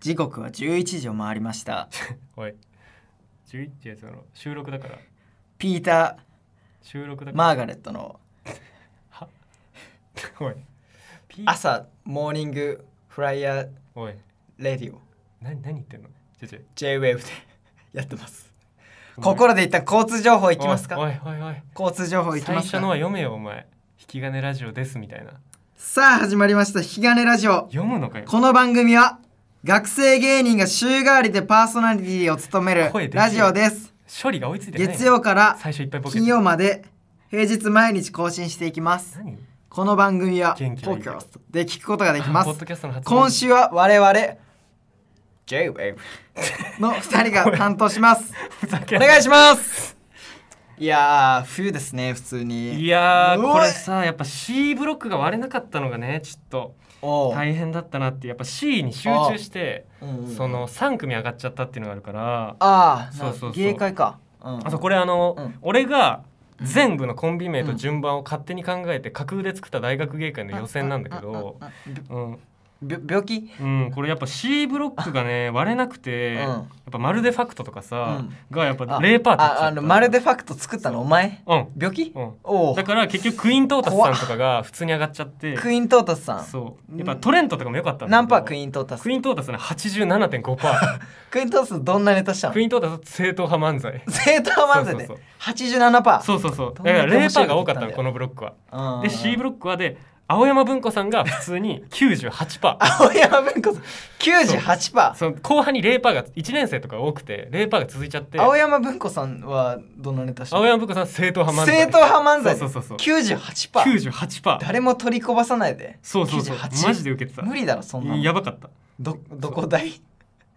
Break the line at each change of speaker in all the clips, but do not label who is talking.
時刻は11時を回りました
おい11ってやつの収録だから
ピータ
収録だ
ー・
から、
マーガレットの
おいピー
朝モーニングフライヤー
おい
レディオ
な何言ってんのちょちょ
JWAVE で やってます心で一旦交通情報いきますか
おいおいおい
交通情報
おい
いき
最
ます
初のは
か
読めよお前引き金ラジオですみたいな
さあ始まりました「引き金ラジオ」
読むのかよ
この番組は学生芸人が週替わりでパーソナリティを務め
声
る
でけえ
ラジオです
処理が追いついてない
月曜から
最初いっぱいボケ
金曜まで平日毎日更新していきます
何
この番組はポ
元
ッ
気はいい
キャストで聞くことができま
あポッド
す
キャストの発音
今週は我々 J-WAVE の2人が担当し ます
ふざけ
お
んな
願いしますいやー冬ですね普通に
いや
う
ー
おい
これさやっぱ C ブロックが割れなかったのがねちょっと
おう
大変だったなってやっぱ C に集中して
うんうん
その3組上がっちゃったっていうのがあるから
ああ
そうそうそう
芸会か、うん
あとこれあの、
うん
俺が全部のコンビ名と順番を勝手に考えて架空で作った大学芸会の予選なんだけど、
あああ
うん
び病気
うん、これやっぱ C ブロック がね割れなくて、
うん
やっぱまるでファクトとかさ、がやっぱ
あ
0パー取っちゃった
ああのまるでファクト作ったのお前
うん、
病気
うん、
おう
だから結局クイーントータスさんとかが普通に上がっちゃって
クイーントータスさん
そうやっぱトレントとかも良かったんだけど
何パークイーントータス
クイーントータスね87.5%パ
クイーントータスどんなネタした
ー
の
クイーントータス正統派漫才
ゼータ漫才で
そうそう
87%パー
そうそうそう
ど
だ
ん
か
だけ
ら
面
0パ
白い
ーが
こ
多
と
か
言ったんだ
った
よ
のこのブロックは
で
で C ブロックはで青山文庫さんが普通に98%
青山文庫さん98%パ
その後半に0%が1年生とか多くて0%が続いちゃって
ー青山文庫さんはどんなネタした
青
の
山文庫さん正統派漫才
正統派漫才
そうそうそうそう
98%パー
98%
誰も取りこぼさないで
そうそうそう
98
マジで受けてた
無理だろそんなの
やばかった
どどこ大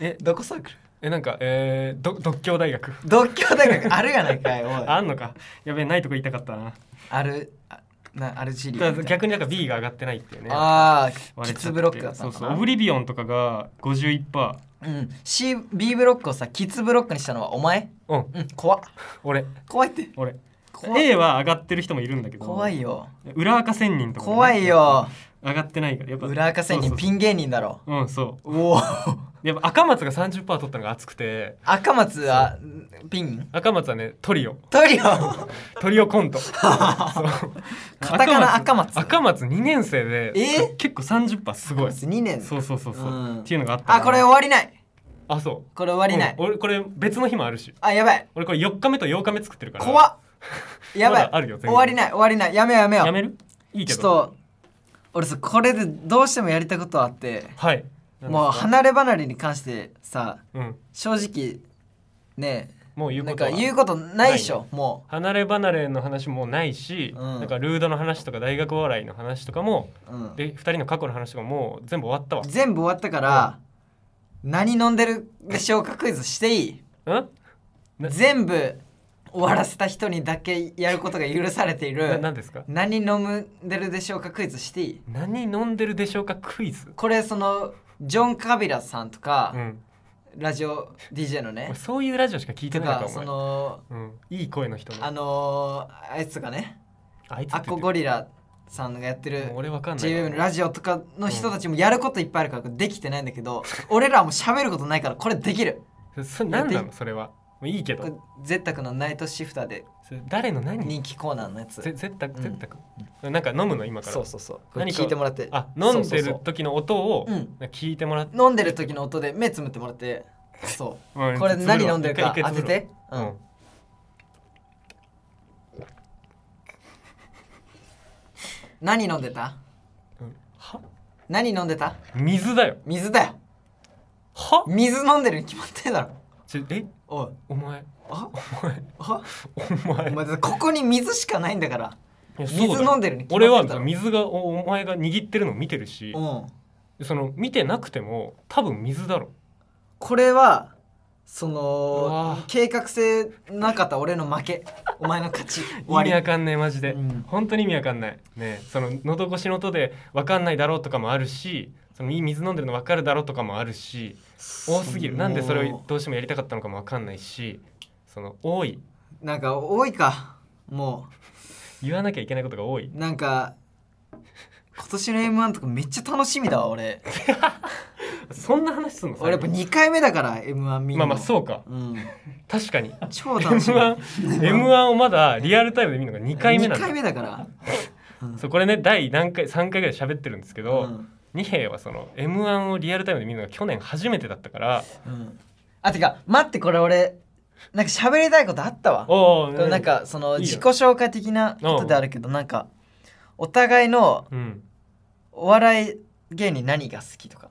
え
どこサークル
えなんかえー、ど独協大学
独協大学あるやないかいおい
あんのかやべえないとこ言いたかったな
あるあなアルジェリア
だ
みた
から
いな
逆になんか B が上がってないっていうね
ああキ
割れちゃって
ツブロックだった
そ
の
う
か
そ
な
うオブリビオンとかが51%
うん、C B ブロックをさキッズブロックにしたのはお前
うん
うん怖っ
俺
怖いって
俺
怖い
A は上がってる人もいるんだけど
怖いよ
裏垢千人とかもね
怖いよ
上がってないからやっぱ
裏垢千人
そうそう
ピン芸人だろ
そううんそ
おお
うやっぱ赤松が30%取ったのが熱くて
赤松はピン
赤松はねトリオ
ト リオあ
トリオコ ントそう
カタカナ赤松
赤松2年生で
え
結構30%すごい
2年
そうそうそうそう、
うん
っていうのがあった
あこれ終わりない
あそう
これ終わりない、
うん俺これ別の日もあるし
あやばい
俺これ4日目と8日目作ってるから
怖っやば
まだある
い
よ全
終
然
わりない終わりないやめようやめよう
やめるいい
ち
け
ょっ
ど
と俺さこれでどうしてもやりたいことあって
はい
もう
花
離れ離れに関してさ
うん
正直ね
もう言う
なん
こと
か
は
言うことないでしょも
離れ離れの話もないし、
うん
なんかルードの話とか大学お笑いの話とかも
う、うん、
で2人の過去の話とかもう全部終わったわ
全部終わったから、何飲んでるでしょうかクイズしていい
うんな
全部終わらせた人にだけやることが許されてい
な
る
何ですか
何飲んでるでしょうかクイズしていい
何飲んでるでしょうかクイズ
これそのジョン・カビラさんとか、
うん
ラジオ DJ のね
俺そういうラジオしか聞いて
と
ないか
からそ
お
の
前、うん、いい声の人の
あのー、あいつとかね
あいつ
ア
って
コ
言って
ゴリラさんがやってる
るもう俺わかんない
JWAVE のラジオとかの人たちもやることいっぱいあるからできてないんだけど、俺らはもう喋ることないからこれできる
そ何なのそれはもういいけ
これ
ど
絶対のナイトシフターで
それ誰の何
人気コーナーのやつ
ぜ絶対絶対、なんか飲むの今から
そうそうそうこれ
何か
聞いてもらって
あ飲ん
そう
で
そう
る時の音を
うん
聞いてもらって、
そう飲んでる時の音で目つむってもらってそ
うん
うこれ
つぶろ
何飲んでるか
一
当
回
てて
一回つぶろう
何飲んでた
うん、うんは
何飲んでた
水だよ
水だよ
は
水飲んでるに決まってんだろ
ちょえ
おい
お前
あ
お前
あ
お前
お前ここに水しかないんだから
いやそうだよ
水飲んでるに決
俺
まっ
は
てんだろ
水がおお前が握ってるのを見てるし
うん
その見てなくても多分水だろ
これはそう
わ
の
ぁ
計画性なかった俺の負けお前の勝ち終
意
わ
味わ
り
かんねえマジで、
うん
本当に意味わかんないねえその喉越しの音でわかんないだろうとかもあるしそのいい水飲んでるのわかるだろうとかもあるし多すぎるなんでそれをどうしてもやりたかったのかもわかんないしその多い
なんか多いかも
言わなきゃいけないことが多いう
なんか今年の m 1とかめっちゃ楽しみだわ俺
そんな話すんの
俺やっぱ2回目だから m 1見る
ま
の
あまあそうか
うん
確かに
超楽しみ
M1 M1 をまだリアルタイムで見るのが2回目なん
2
だ
回目だからうん
そうこれね第何回3回ぐらい喋ってるんですけ
う
ど、
ん
二平はその m 1をリアルタイムで見るのが去年初めてだったから
うんあてか待ってこれ俺なんか喋りたいことあったわ
おー
なんかその
いい
自
よ
己紹介的なことであるけどなんかお互いの
うん
お笑い芸人何が好きとか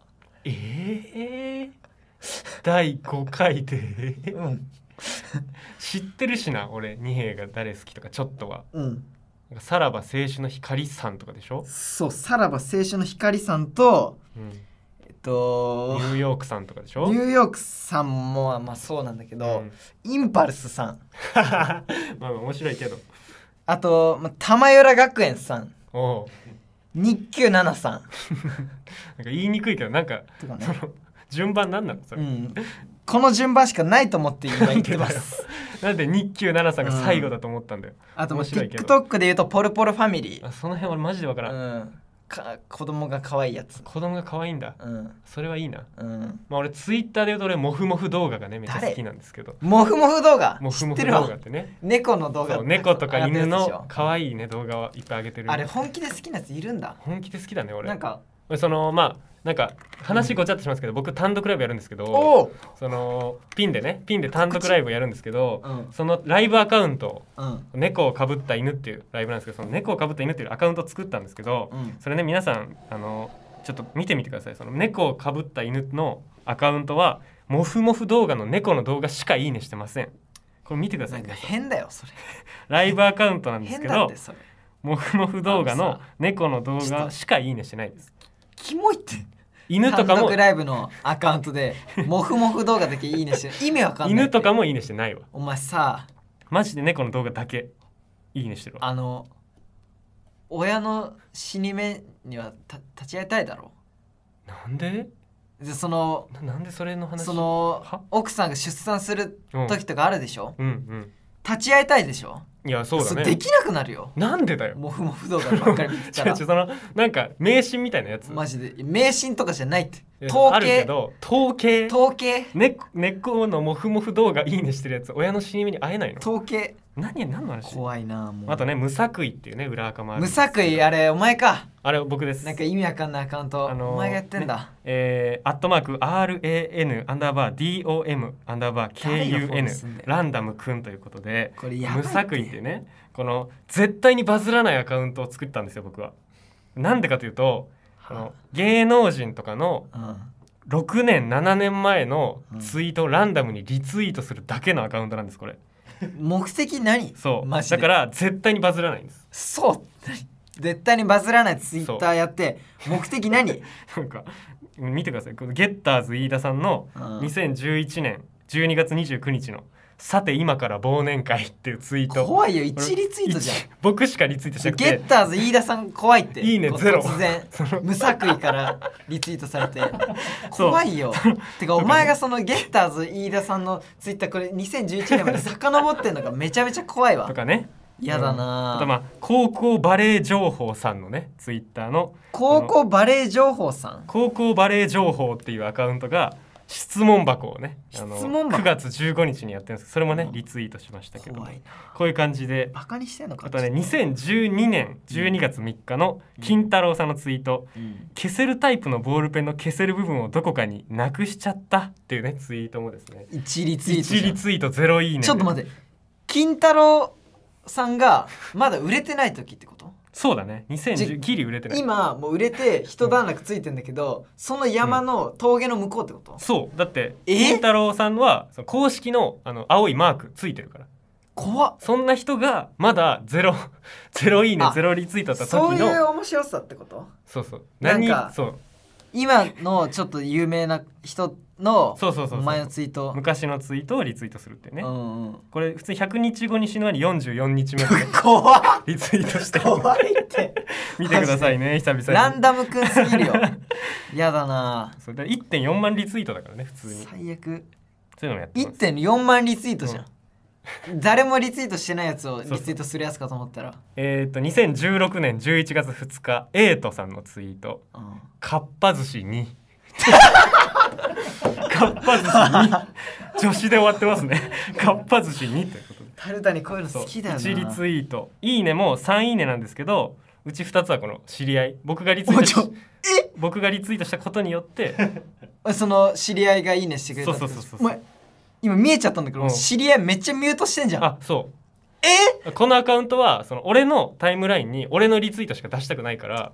ええ第5回で
うん
知ってるしな俺二平が誰好きとかちょっとは
うん
なんかさらば青春の光さんとかでしょ、
そうさらば青春の光さんと
うん
えっと
ニューヨークさんとかでしょ
ニューヨークさんもまあそうなんだけ
う
ど
ん
インパルスさん
まあまあ面白いけど
あとまあ玉浦学園さん
おお
日給七さん
なんか言いにくいけどなんか
とかね
その順番なんなのそれ、
うんこの順番しかないと思って今言ってます
なんで日給奈々さんが最後だと思ったんだよ、
あともう
面白いけど
TikTok で言うとポルポルファミリ
あその辺俺マジでわからん、
ーうんか子供が可愛いやつ
子供が可愛いんだ
うん
それはいいな
うん
まあ俺ツイッターで言うと俺モフモフ動画がねめっちゃ好きなんですけど
モフモフ動画
モフ
知
モフ
ってる
動画
わ
ってね
猫の動画
そう猫とか
あ
犬
ったやつでしょ
の可愛いね動画はいっぱいあげてる
あれ本気で好きなやついるんだ
本気で好きだね俺
なんか
俺そのまあなんか話ごちゃっとしますけど、僕単独ライブやるんですけど
おお
そのピンでねピンで単独ライブやるんですけど
うん
そのライブアカウント
うん
猫をかぶった犬っていうライブなんですけどその猫をかぶった犬っていうアカウントを作ったんですけど、
うん
それね皆さんあのちょっと見てみてくださいその猫をかぶった犬のアカウントはモフモフ動画の猫の動画しかいいねしてませんこれ見てくださ
ないんか変だよそれ
ライブアカウントなんです
変
け
だっ
ど
てそれ
モフモフ動画
あの
の
さ
猫の動
ちょっと
画しかいいねしてないです
キモいって
犬とか
単
も
独ライブのアカウント でモフモフ動画だけいいねしてる意味わかんない
犬とか
も
もいいねしてないわ
お前さ
マジで猫の動画だけいいねしてるわ
あの親の死に目にはた立ち会いたいだろ
なんで
でその
ななんでそれの話
その
は
奥さんが出産する
うん
時とかあるでしょ、
うんうん
立ち会いたいでしょ
いやそうだ
で
ね
きなくなるよ
なんでだよ
モフモフ動画ばっかり見て
違
た
う
ら
違うそのなんか迷信みたいなやつ
マジで迷信とかじゃないって
いや
統
あるけ
計
ど統計
統計
ね猫のモフモフ動画いいねしてるやつ親の死に目に会えないの
統計
何何の話
怖いなもう
あとね無作為っていうね裏垢もある
無作為あれお前か
あれ僕です
なんか意味わかんないアカウント、
あのー
お前がやってんだ、
えー、アットマーク RAN アンダーバー DOM アンダーバー
誰がフォローすん
KUN
だよ
ランダムくんということで
これやばいっ
無
て
作為っていうねこの絶対にバズらないアカウントを作ったんですよ僕はなんでかというとあの芸能人とかの
うん
6年7年前のツイートをランダムにリツイートするだけのアカウントなんですこれ
目的何
そう
マ
だ
ジで
から絶対にバズらないんです
そう何絶対にバズらないツイッターやって目的何、
なんか見てくださいこのゲッターズ飯田さんの
うん
2011年12月29日の「さて今から忘年会」っていうツイート
怖いよ一リツイートじゃん
一僕しかリツイートしなく
ゲ
て
ッターズ飯田さん怖いって
いいね
こう
ゼロ
突然
その
無作為からリツイートされて
そう
怖い よてかお前がそのゲッターズ飯田さんのツイッターこれ2011年まで遡ってんのがめちゃめちゃ怖いわ
とかね
嫌だ
あ
な
とまあ高校バレー情報さんのねツイッターの
高校バレー情報さん
高校バレー情報っていうアカウントが質問箱をねあの
質問箱
9月15日にやってるんですけどそれもね
うん
リツイートしましたけども
怖いな
こういう感じで
バカにしてんのか
あとね2012年12月3日の金太郎さんのツイート
うん
消せるタイプのボールペンの消せる部分をどこかになくしちゃったっていうねツイートもですね
一リツイートじゃ
1
ん
リツイート0いいね
ちょっと
っ
待
て
って金太郎さんがまだ売れてない時ってこと
そうだね
じ
2010ギリ売れてない
今もう売れて一段落ついてんだけどその山の峠の向こうってこと、
そうだって
え
金太郎さんはその公式のあの青いマークついてるから
怖っ
そんな人がまだゼロ ゼロいいね
あ
ゼロリツイートだった
そう
時の
いう面白さってこと
そうそう
なん
何
か
そう
今のちょっと有名な人の
そうそうそうそう
お前のツイート
昔のツイートをリツイートするっていうね、
うんうん、
これ普通に100日後に死ぬ前に44日目まで
怖っ
リツイートして
怖いって
見てくださいね久々に
ランダムくんすぎる よやだな
それで1.4万リツイートだからね普通に
最悪
そういうのもやってます
1.4万リツイートじゃん、誰もリツイートしてないやつをリツイートするやつかと思ったら
えっ、と2016年11月2日エイトさんのツイート
うん
「かっぱ寿司にっぱ寿 司に女子で終わってますねかっぱ寿司にということで
タルタにこういうの
そう
好きだよな
1リツイート「いいね」も3いいねなんですけどうち2つはこの知り合い僕がリツイー
お
ト
ちょ
し僕がリツイートしたことによって
その知り合いがいいねしてくれた
そうそうそうそう
お前今見えちゃったんだけど、
うん
知り合いめっちゃミュートしてんじゃん
あそう
え
このアカウントはその俺のタイムラインに俺のリツイートしか出したくないから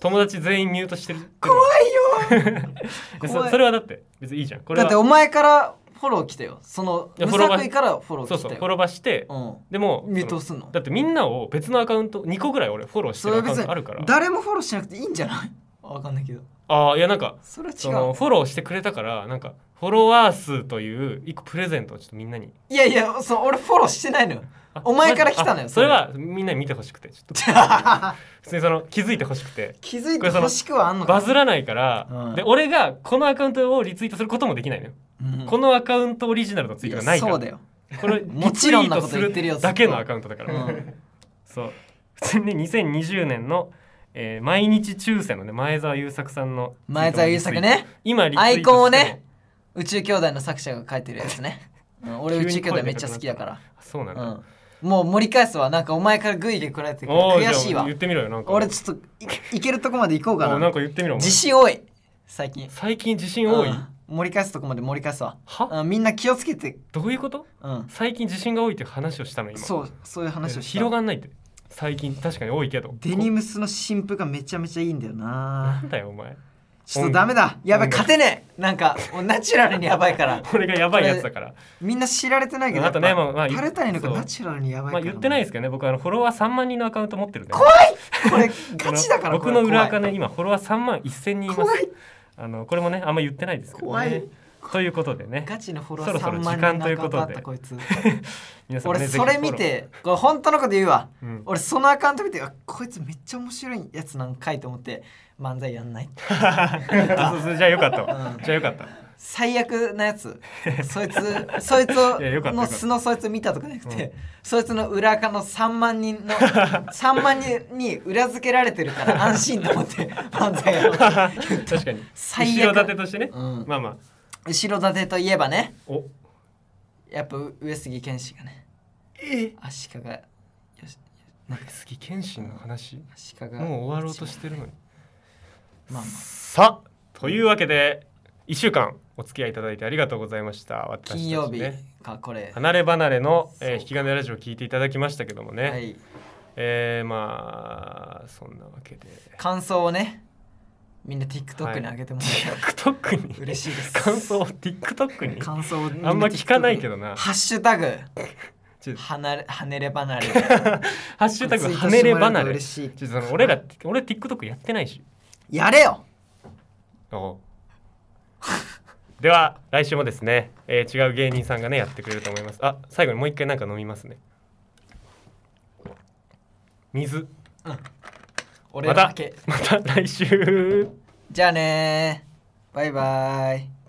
友達全員ミュートしてる
怖いよ
で
怖
そ
い
それはだって別にいいじゃんこれ
だってお
は
前からフォロー来たよその
いや
無
フォローが
作為からフォロー来た
そう
よ
そう転ばしてでも
うんミュート
そ
すんの
のだってみんなを別のアカウント2個ぐらい俺フォローして
そ
る
れ
アカウン
別に
トあるから
誰もフォローしなくていいんじゃないわかんないけど
ああいやなんか
それ
そ
は違
の
う
フォローしてくれたからなんかフォロワー数という一個プレゼントをちょっとみんなに
いやいやそう俺フォローしてないのよ
あ
お前から来たのよ
マジあそれはみんなに見てほしくてちょっ と普通にその気づいてほしくて
気づいて欲しくはあんのか
バズらないから、
うん
で俺がこのアカウントをリツイートすることもできないのよ、
うん
このアカウントオリジナルのツイートがないから
そうだよ
これ
もちろんなこと言ってるよ
リツイートすだけ
ずっ
の
と
アカウントだから、
うん
そう普通に2020年の、えー毎日抽選のね前澤友作さんの
前澤友作ね
今リツイートしても
アイコンをね宇宙兄弟の作者が書いてるやつね、 うん俺宇宙兄弟めっちゃ好きだか
そうなんだ、
ら、うん、もう盛り返すわなんかお前からグイグイ来られてくる
おー
悔しい
じゃあ
わ
言ってみろよなんか
俺ちょっといいけるとこまで行こうか
おな
なん
か言ってみろお前
自信多い最近
最近自信多い、
うん盛り返すとこまで盛り返すわ
は
うんみんな気をつけて
どういうこと
うん
最近自信が多いっていう話をしたの今
そうそういう話をした
広がんないって最近確かに多いけど
デニムスの新婦がめちゃめちゃいいんだよな
な
ん
だよお前
ちょっとダメだやばい
音楽
勝てねえなんかもうナチュラルにやばいから
これがやばいやつだから
みんな知られてないけど
あとね
やっぱ
まあまあ
タルタニの子
そう
ナチュラルにやばい
ま
か
あ
ら
言ってないですけどね僕あのフォロワー3万人のアカウント持ってるんで
怖こ れガチだから
僕の裏垢
ね
ね今フォロワー3万1000人いま
怖
す
い
あのこれもねあんま言ってないですけど
怖
ね
い
ということでね
ガチのフォロワー
そろそろ
3万
時間
人
というこ
仲
と
間だ
で
ったこいつ
皆さんね
俺
ぜひ
それ
フォロー
見てこれ本当のこと言うわ
うん
俺そのアカウント見てあこいつめっちゃ面白いやつなんかいと思って漫才やんないって
あそうそうじゃあよかったわ
うん
じゃあよか った
最悪なやつそい つそいつを
いやよかったよか
の
った
素のそいつ見たとかじゃなくて、
うん
そいつの裏垢の3万人 の3万人に裏付けられてるから安心と思って漫才やろう
確かに
最悪
後ろ盾としてね
うん
まあま
後ろ盾といえばね
あお
やっぱ上杉謙信がね
え
足利よし
杉謙信の話
足利
もう終わろうとしてるのに
まあまあ
さあというわけで1週間お付き合いいただいてありがとうございました私たちね
金曜日かこれ、
離れ離れの、え
そ
ー
う
引き金ラジオを聞いていただきましたけどもね、
はい
えーまあそんなわけで
感想をねみんな TikTok に上げてもらって、
TikTok に
嬉しいです
感想を TikTok に
感想をみんな
あんま聞かない
TikTok
けどな
ハッシュタグ
ちょっと
離れ離れ離れ
ハッシュタグ
ツイート
は
しても
ねれ
らえると
離れ
嬉
ち
し
ょ
い
っとその俺ら俺 TikTok やってないし
やれよ
おう では来週もですね、えー違う芸人さんがねやってくれると思いますあ最後にもう一回なんか飲みますね水
俺
ま
だ
た
け、
また来週
じゃあねーバイバイ